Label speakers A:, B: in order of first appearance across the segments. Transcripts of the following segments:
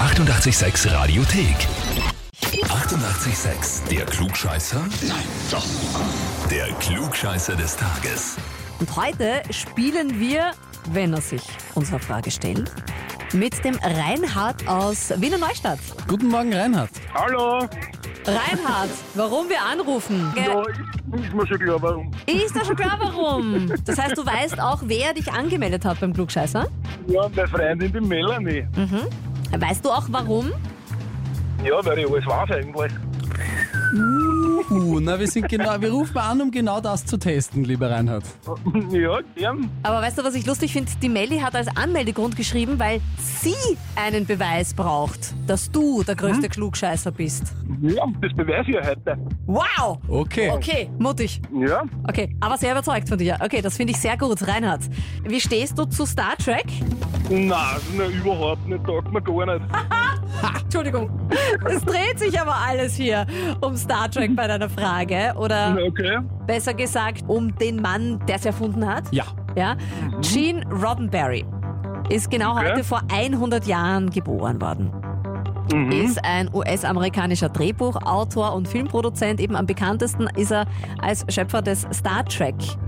A: 886 Radiothek. 88,6. Der Klugscheißer? Nein, doch. Der Klugscheißer des Tages.
B: Und heute spielen wir, wenn er sich unserer Frage stellt, mit dem Reinhard aus Wiener Neustadt.
C: Guten Morgen, Reinhard.
D: Hallo!
B: Reinhard, warum wir anrufen?
D: Ja,
B: Gell?
D: ist mir schon klar, warum.
B: Ist doch schon klar, warum. Das heißt, du weißt auch, wer dich angemeldet hat beim Klugscheißer.
D: Ja, meine Freundin, die Melanie.
B: Weißt du auch, warum?
D: Ja, weil ich alles weiß eigentlich.
C: Uh, na, wir sind genau, wir rufen an, um genau das zu testen, lieber Reinhard.
D: Ja, gern.
B: Aber weißt du, was ich lustig finde? Die Melli hat als Anmeldegrund geschrieben, weil sie einen Beweis braucht, dass du der größte Klugscheißer bist.
D: Ja, das beweise ich ja heute.
B: Wow!
C: Okay.
B: Okay, mutig.
D: Ja,
B: Okay, aber sehr überzeugt von dir. Okay, das finde ich sehr gut, Reinhard. Wie stehst du zu Star Trek?
D: nein, nein überhaupt nicht, taugt mir gar nicht.
B: Entschuldigung. Es dreht sich aber alles hier um Star Trek bei deiner Frage. Oder
D: Okay.
B: besser gesagt, um den Mann, der es erfunden hat.
C: Ja.
B: Ja? Gene Roddenberry ist genau
D: Okay.
B: heute vor 100 Jahren geboren worden. Ist ein US-amerikanischer Drehbuchautor und Filmproduzent. Eben am bekanntesten ist er als Schöpfer des Star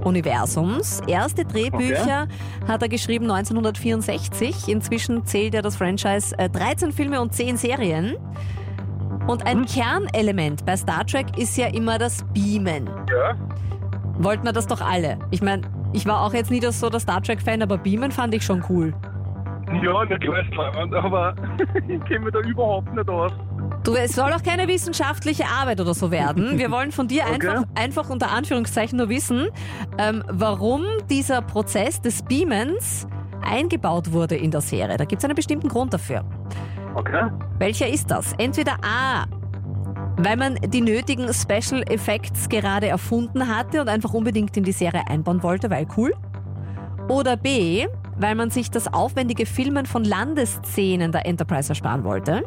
B: Trek-Universums. Erste Drehbücher hat er geschrieben 1964. Inzwischen zählt er das Franchise äh, 13 Filme und 10 Serien. Und ein Kernelement bei Star Trek ist ja immer das Beamen.
D: Ja,
B: Wollten wir das doch alle. Ich meine, ich war auch jetzt nie das so der Star Trek-Fan, aber Beamen fand ich schon cool.
D: ja, na klar, ist leibend, aber ich kenne mich da überhaupt nicht aus.
B: Du, es soll auch keine wissenschaftliche Arbeit oder so werden. Wir wollen von dir
D: Okay.
B: einfach, einfach unter Anführungszeichen nur wissen, ähm, warum dieser Prozess des Beamens eingebaut wurde in der Serie. Da gibt es einen bestimmten Grund dafür.
D: Okay.
B: Welcher ist das? Entweder A, weil man die nötigen Special Effects gerade erfunden hatte und einfach unbedingt in die Serie einbauen wollte, weil cool. Oder B, weil man sich das aufwendige Filmen von Landesszenen der Enterprise ersparen wollte.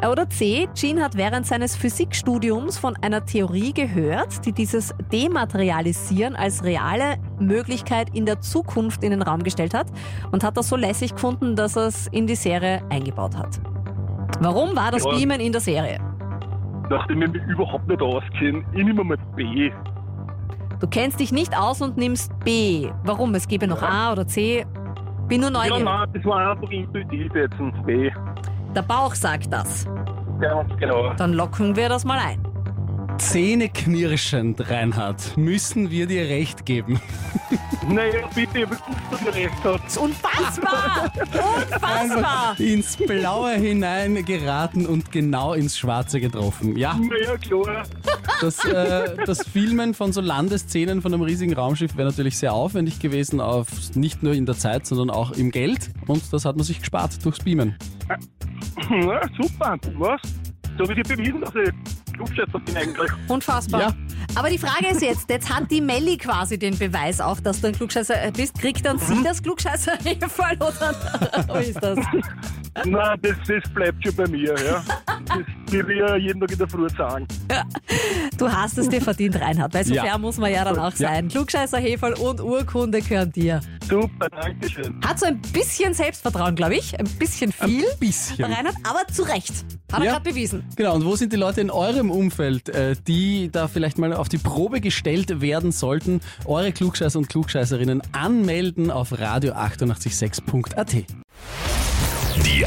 B: Äh, Oder C, Gene hat während seines Physikstudiums von einer Theorie gehört, die dieses Dematerialisieren als reale Möglichkeit in der Zukunft in den Raum gestellt hat und hat das so lässig gefunden, dass er es in die Serie eingebaut hat. Warum war das
D: Ja.
B: Beamen in der Serie?
D: Nachdem ich mich überhaupt nicht auskenne, ich nehme mal B.
B: Du kennst dich nicht aus und nimmst B. Warum? Es gäbe noch A oder C. Bin nur
D: Ah, Ja,
B: neugierig.
C: Genau.
D: nein, das war einfach intuitiv jetzt ein B.
B: Der Bauch sagt das.
D: Ganz genau.
B: Dann locken wir das mal ein.
C: Zähneknirschend, Reinhard, müssen wir dir recht geben.
D: Naja, bitte, ich wusste, dass du recht hast.
B: Das ist unfassbar! Unfassbar!
C: Ins Blaue hinein geraten und genau ins Schwarze getroffen. Ja,
D: Naja, klar.
C: das, äh, das Filmen von so Landesszenen von einem riesigen Raumschiff wäre natürlich sehr aufwendig gewesen, auf, nicht nur in der Zeit, sondern auch im Geld. Und das hat man sich gespart durchs Beamen.
D: Hm, Ja, super, was? So wie sie bewiesen, dass ich Klugschätzer bin eigentlich.
B: Unfassbar.
C: Also. Ja.
B: Aber die Frage ist jetzt, jetzt hat die Melli quasi den Beweis auch, dass du ein Klugscheißer bist. Kriegt dann
C: Mhm.
B: sie das klugscheißer voll oder wie ist das?
D: Nein, das, das bleibt schon bei mir, ja. Das will ich ja jeden Tag in der Früh sagen.
B: Du hast es dir verdient, Reinhard, weil so
C: Ja.
B: fair muss man ja dann auch
C: Ja.
B: sein. Klugscheißer, Heferl und Urkunde gehören dir.
D: Super, danke schön.
B: Hat so ein bisschen Selbstvertrauen, glaube ich. Ein bisschen viel.
C: Ein bisschen.
B: Reinhard, aber zu Recht. Hat er
C: Ja.
B: gerade bewiesen.
C: Genau, und wo sind die Leute in eurem Umfeld, äh, die da vielleicht mal auf die Probe gestellt werden sollten? Eure Klugscheißer und Klugscheißerinnen anmelden auf radio886.at.
A: Die